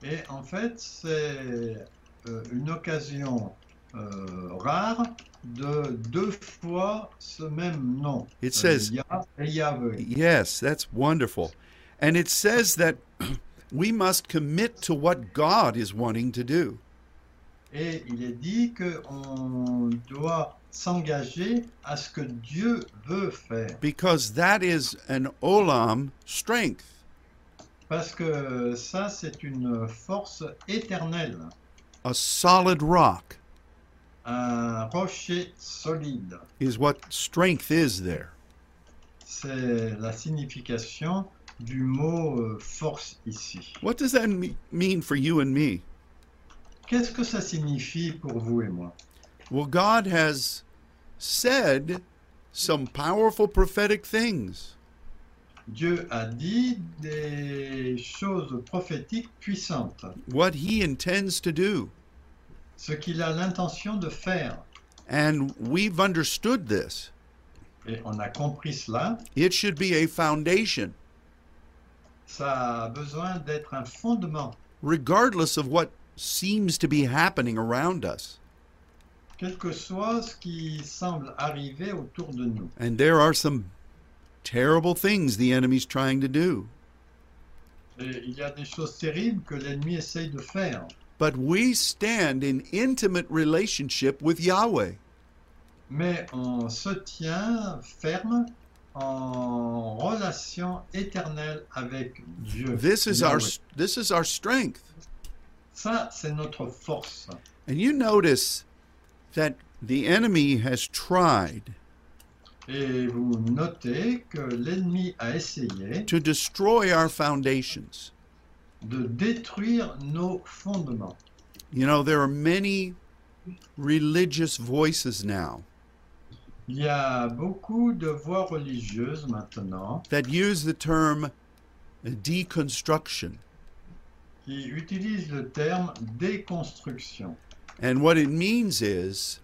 Et en fait, c'est euh, une occasion euh, rare de deux fois ce même nom. Euh,
It says-
Yah et Yahweh.
yes that's wonderful And it says that we must commit to what God is wanting to do.
Et il est dit qu'on doit s'engager à ce que Dieu veut faire.
because that is an olam strength,
Parce que ça, c'est une force éternelle,
a solid rock
un rocher solide.
is what strength is there.
C'est la signification du mot euh, force ici.
What does that me- mean for you and me?
Qu'est-ce que ça signifie pour vous et moi
Well, God has said some powerful prophetic things,
Dieu a dit des choses prophétiques puissantes,
what He intends to do.
ce qu'il a l'intention de faire.
And we've understood this.
Et on a compris cela,
It should be a foundation,
ça a besoin d'être un fondement,
regardless of what seems to be happening around us.
quel que soit ce qui semble arriver autour de nous.
And there are some terrible things the enemy's trying to do.
Et il y a des choses terribles que l'ennemi essaye de faire,
But we stand in intimate relationship with Yahweh.
mais on se tient ferme en relation éternelle avec Dieu.
This is our
Yahweh.
this is our strength.
Ça, c'est notre force.
And you notice that the enemy has tried
Et vous notez que l'ennemi a essayé
to destroy our foundations.
de détruire nos fondements.
You know, there are many religious voices now
Il y a beaucoup de voix religieuses maintenant
that use the term deconstruction.
qui utilisent le terme déconstruction.
And what it means is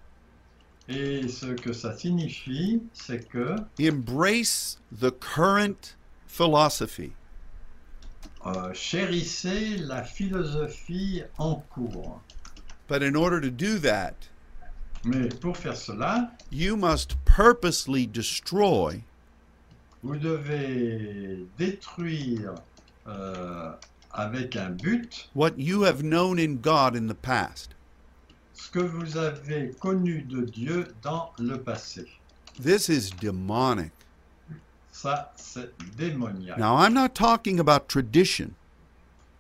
Et ce que ça signifie, c'est que
embrace the current philosophy.
euh, chérissez la philosophie en cours.
But in order to do that,
Mais pour faire cela,
you must purposely destroy
vous devez détruire euh, avec un but
what you have known in God in the past.
ce que vous avez connu de Dieu dans le passé.
This is demonic.
Ça, c'est démoniaque.
Now, I'm not talking about tradition.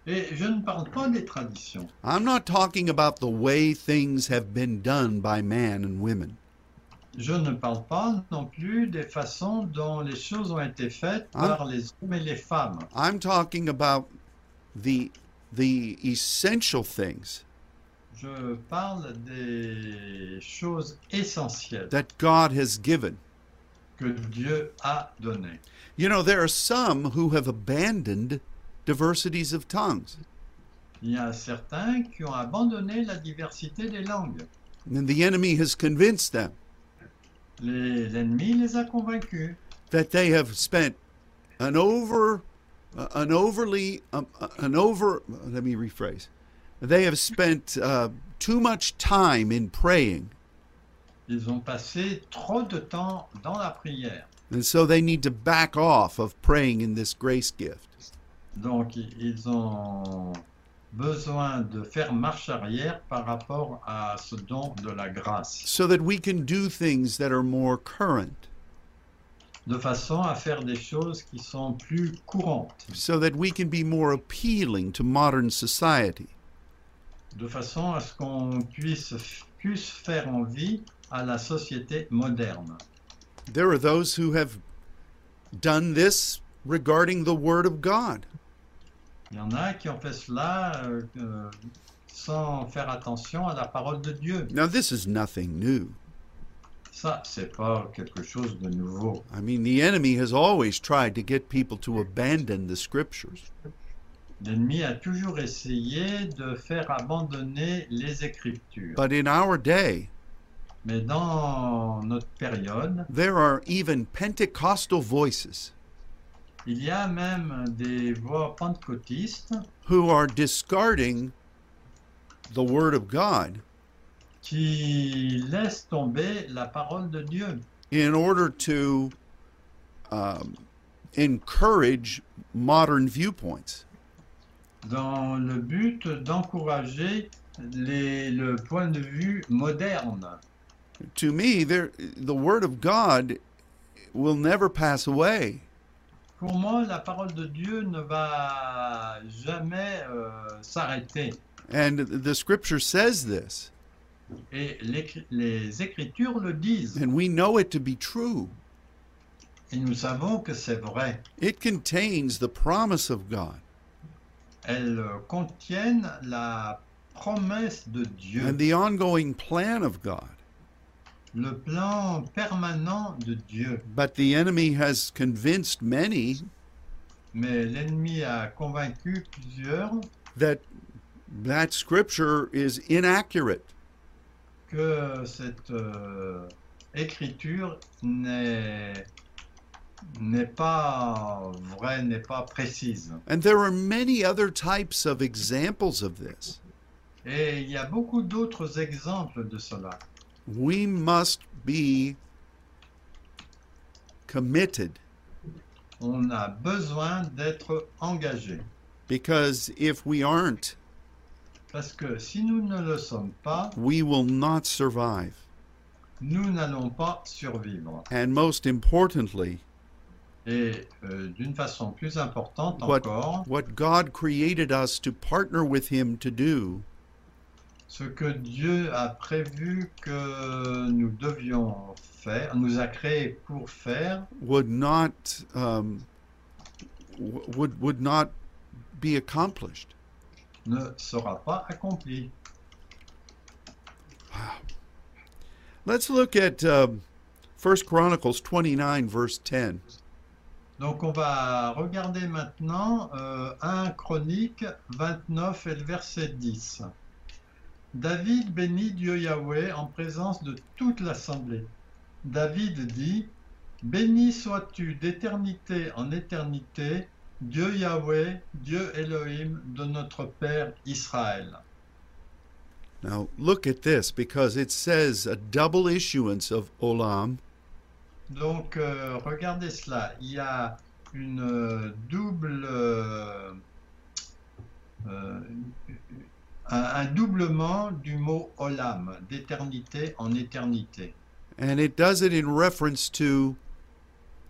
Et je ne parle pas des traditions.
I'm not talking about the way things have been done by man and women.
Je ne parle pas non plus des façons dont les choses ont été faites par les hommes et les femmes.
I'm talking about the the essential things
Je parle des choses essentielles
that God has given.
que Dieu a données.
You know, there are some who have abandoned diversities of tongues.
Il y a certains qui ont abandonné la diversité des langues.
And the enemy has convinced them
Les- L'ennemi les a convaincus
that they have spent an over uh, an overly um, uh, an over let me rephrase they have spent uh, too much time in praying
Ils ont passé trop de temps dans la prière.
and so they need to back off of praying in this grace gift
Donc, i- ils ont besoin de faire marche arrière par rapport à ce don de la grâce,
so that we can do things that are more current
de façon à faire des choses qui sont plus courantes,
so that we can be more appealing to modern society
de façon à ce qu'on puisse, puisse faire envie à la société moderne.
there are those who have done this regarding the word of god
Il y en a qui ont fait cela euh, euh, sans faire attention à la parole de Dieu.
now this is nothing new
Ça, c'est pas quelque chose de nouveau.
I mean, the enemy has always tried to get people to abandon the scriptures.
L'ennemi a toujours essayé de faire abandonner les Écritures.
But in our day,
Mais dans notre période,
there are even Pentecostal voices
il y a même des voix pentecôtistes
who are discarding the Word of God
qui laissent tomber la parole de Dieu
in order to um, encourage modern viewpoints.
dans le but d'encourager les- le point de vue moderne.
To me, there, the Word of God will never pass away.
Pour moi, la parole de Dieu ne va jamais euh, s'arrêter.
And the Scripture says this,
Et l'écri- les Écritures le disent.
and we know it to be true.
Et nous savons que c'est vrai.
It contains the promise of God
Elles contiennent la promesse de Dieu,
and the ongoing plan of God.
le plan permanent de Dieu.
But the enemy has convinced many
Mais l'ennemi a convaincu plusieurs
that that Scripture is inaccurate.
que cette euh, écriture n'est n'est pas vraie, n'est pas précise.
And there are many other types of examples of this.
Et il y a beaucoup d'autres exemples de cela.
We must be committed
On a besoin d'être engagé.
because if we aren't,
Parce que si nous ne le sommes pas,
we will not survive.
nous n'allons pas survivre.
And most importantly,
Et euh, d'une façon plus importante
what,
encore,
what God created us to partner with Him to do
ce que Dieu a prévu que nous devions faire, nous a créé pour faire,
would not um, w- would would not be accomplished.
ne sera pas accompli.
Let's look at um, 1 Chronicles 29 verse 10.
Donc on va regarder maintenant euh, 1 Chronique 29 et le verset 10. David bénit Dieu Yahweh en présence de toute l'assemblée. David dit, Béni sois-tu d'éternité en éternité, Dieu Yahweh, Dieu Elohim de notre Père Israël.
Now look at this because it says a double issuance of olam
Donc, euh, regardez cela. Il y a une euh, double, euh, euh, un, un doublement du mot olam, d'éternité en éternité.
and it does it in reference to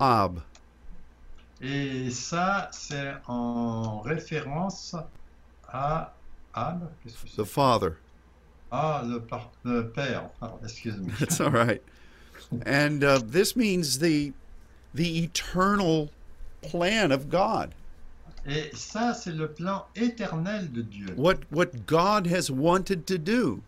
ab.
Et ça, c'est en référence à Ab, qu'est-ce que c'est
the father.
Ah, le, par- le père. Pardon, excuse-moi.
That's all right. And uh, this means the the eternal plan of God.
Et ça, c'est le plan éternel de Dieu.
What what God has wanted to do.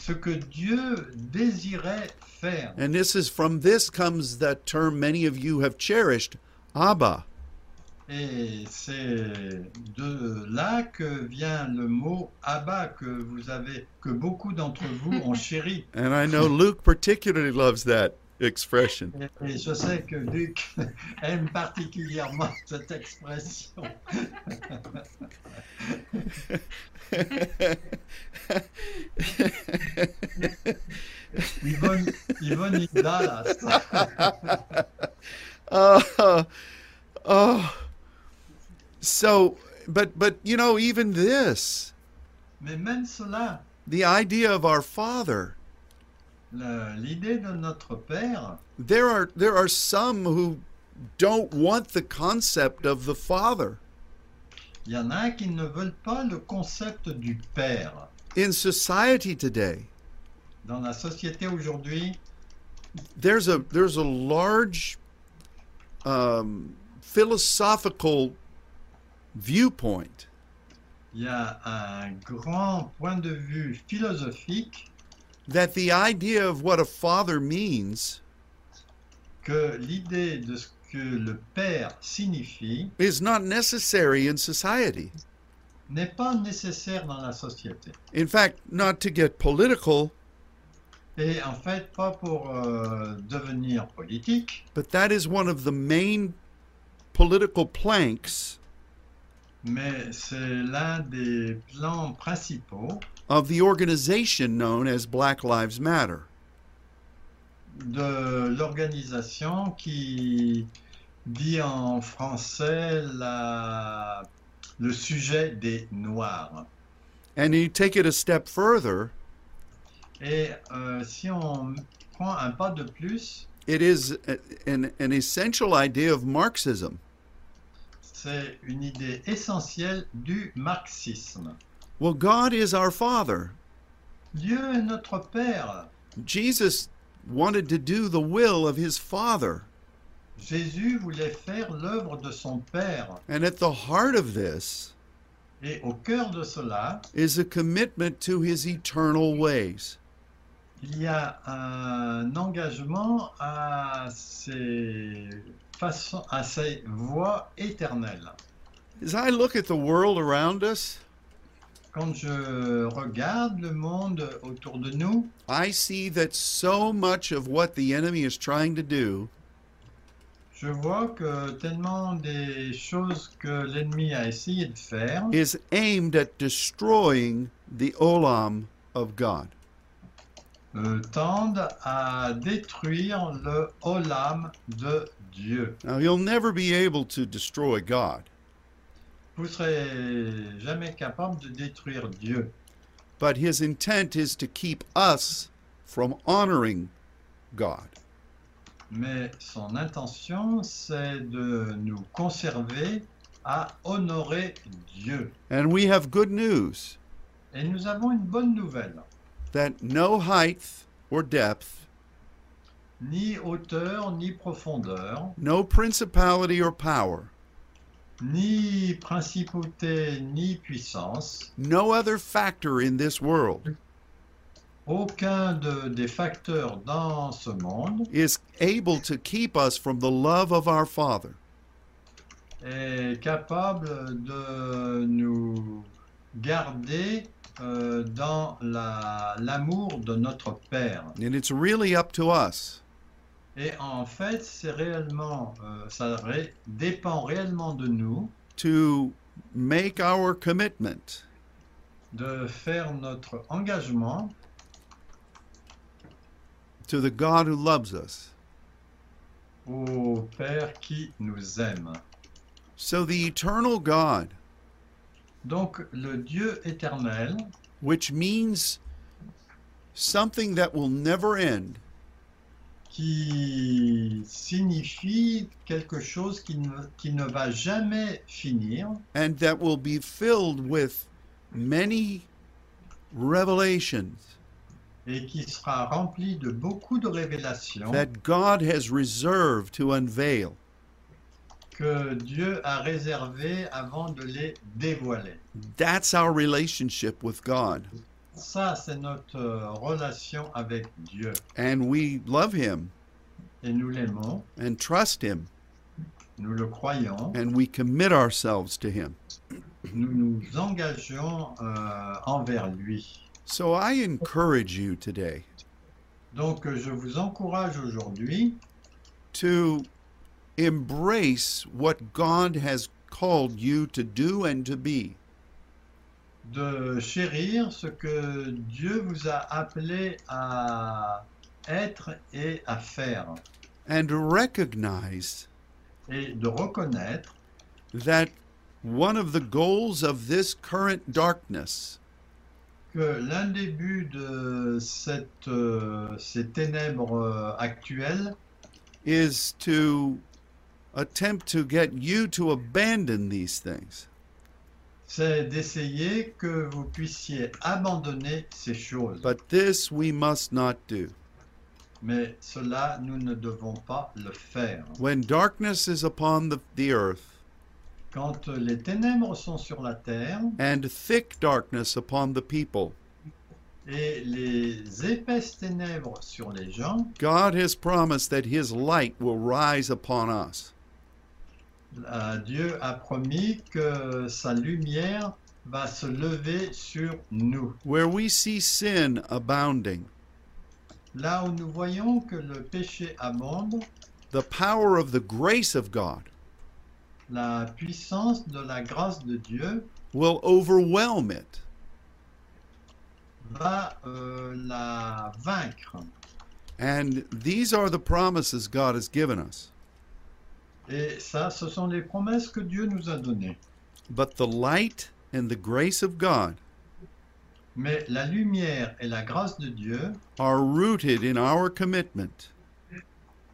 Ce que Dieu désirait faire.
And this is from this comes that term many of you have cherished, Abba.
Et c'est de là que vient le mot Abba que vous avez, que beaucoup d'entre vous ont chéri.
And I know Luke particularly loves that expression.
Et je sais que Luc aime particulièrement cette expression. Yvonne, Yvonne Dallas.
Uh, oh. So, but but you know, even this,
Mais même cela,
the idea of our Father.
le- l'idée de notre Père,
There are there are some who don't want the concept of the Father.
il y en a qui ne veulent pas le concept du Père.
In society today,
Dans la société aujourd'hui,
there's a there's a large um, philosophical viewpoint
Il y a un grand point de vue philosophique
that the idea of what a father means
que l'idée de ce que le père signifie
is not necessary in society.
n'est pas nécessaire dans la société.
In fact, not to get political,
Et en fait, pas pour euh, devenir politique,
but that is one of the main political planks
mais c'est l'un des plans principaux
of the organization known as Black Lives Matter.
de l'organisation qui dit en français la- le sujet des Noirs.
And you take it a step further,
Et euh, si on prend un pas de plus,
it is a- an, an essential idea of Marxism.
c'est une idée essentielle du marxisme.
Well, God is our Father.
Dieu est notre Père.
Jesus wanted to do the will of his Father.
Jésus voulait faire l'œuvre de son Père.
And at the heart of this
Et au cœur de cela,
is a commitment to his eternal ways.
il y a un engagement à ces, façons, à ces voies éternelles.
As I look at the world around us,
Quand je regarde le monde autour de nous,
I see that so much of what the enemy is trying to do
je vois que tellement des choses que l'ennemi a essayé de faire
is aimed at destroying the olam of God.
euh, tendent à détruire le olam de Dieu.
Now, he'll never be able to destroy God,
Vous serez jamais capable de détruire Dieu,
but his intent is to keep us from honoring God.
mais son intention, c'est de nous conserver à honorer Dieu.
And we have good news
Et nous avons une bonne nouvelle.
that no height or depth,
Ni hauteur, ni profondeur,
no principality or power,
ni principauté, ni puissance,
no other factor in this world
aucun de- des facteurs dans ce monde
is able to keep us from the love of our Father.
est capable de nous garder euh, dans la- l'amour de notre Père.
And it's really up to us
Et en fait, c'est réellement, euh, ça ré- dépend réellement de nous
to make our commitment
de faire notre engagement
to the God who loves us.
au Père qui nous aime.
So the eternal God,
Donc le Dieu éternel,
which means something that will never end,
qui signifie quelque chose qui ne, qui ne va jamais finir,
and that will be filled with many revelations
et qui sera rempli de beaucoup de révélations
that God has reserved to unveil.
que Dieu a réservées avant de les dévoiler.
That's our relationship with God.
Ça, c'est notre euh, relation avec Dieu.
And we love Him
Et nous l'aimons,
and trust Him,
nous le croyons,
and we commit ourselves to Him.
nous nous engageons euh, envers lui.
So I encourage you today
Donc, euh, je vous encourage aujourd'hui
to embrace what God has called you to do and to be.
de chérir ce que Dieu vous a appelé à être et à faire,
and recognize
et de reconnaître
that one of the goals of this current darkness
que l'un des buts de cette, euh, ces ténèbres euh, actuelles,
is to attempt to get you to abandon these things.
c'est d'essayer que vous puissiez abandonner ces choses.
But this we must not do.
Mais cela, nous ne devons pas le faire.
When darkness is upon the, the earth,
Quand les ténèbres sont sur la terre
and thick darkness upon the people,
et les épaisses ténèbres sur les gens,
God has promised that His light will rise upon us.
euh, Dieu a promis que sa lumière va se lever sur nous.
Where we see sin abounding,
Là où nous voyons que le péché abonde,
the power of the grace of God
la puissance de la grâce de Dieu
will overwhelm it.
va euh, la vaincre.
And these are the promises God has given us.
Et ça, ce sont les promesses que Dieu nous a données.
But the light and the grace of God
Mais la lumière et la grâce de Dieu
are rooted in our commitment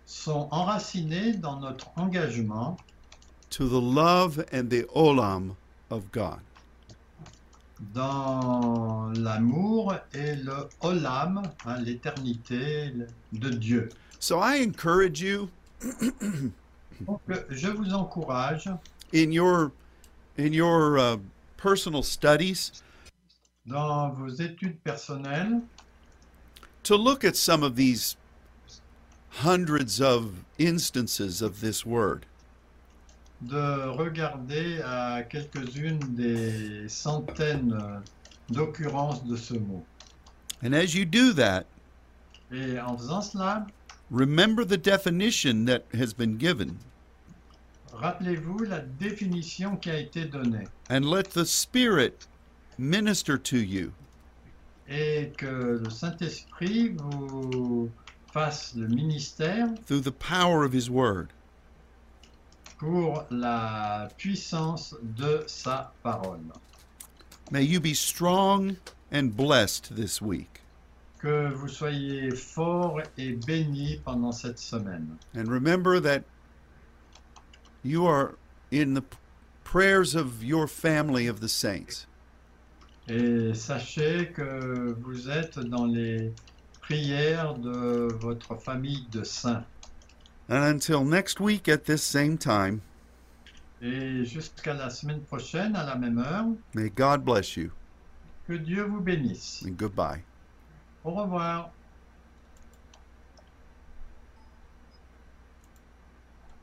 sont enracinées dans notre engagement
to the love and the olam of God.
dans l'amour et le olam, hein, l'éternité de Dieu.
So I encourage you
Donc, euh, je vous encourage
in your in your uh, personal studies
dans vos études personnelles
to look at some of these hundreds of instances of this word
de regarder à quelques-unes des centaines euh, d'occurrences de ce mot.
and as you do that
Et en faisant cela,
remember the definition that has been given
rappelez-vous la définition qui a été donnée
and let the spirit minister to you
et que le Saint-Esprit vous fasse le ministère
through the power of his word
pour la puissance de sa parole.
may you be strong and blessed this week
Que vous soyez forts et bénis pendant cette semaine.
And remember that you are in the p- prayers of your family of the saints.
Et sachez que vous êtes dans les prières de votre famille de saints.
And until next week at this same time,
Et jusqu'à la semaine prochaine, à la même heure,
may God bless you
que Dieu vous bénisse.
and goodbye.
Au revoir.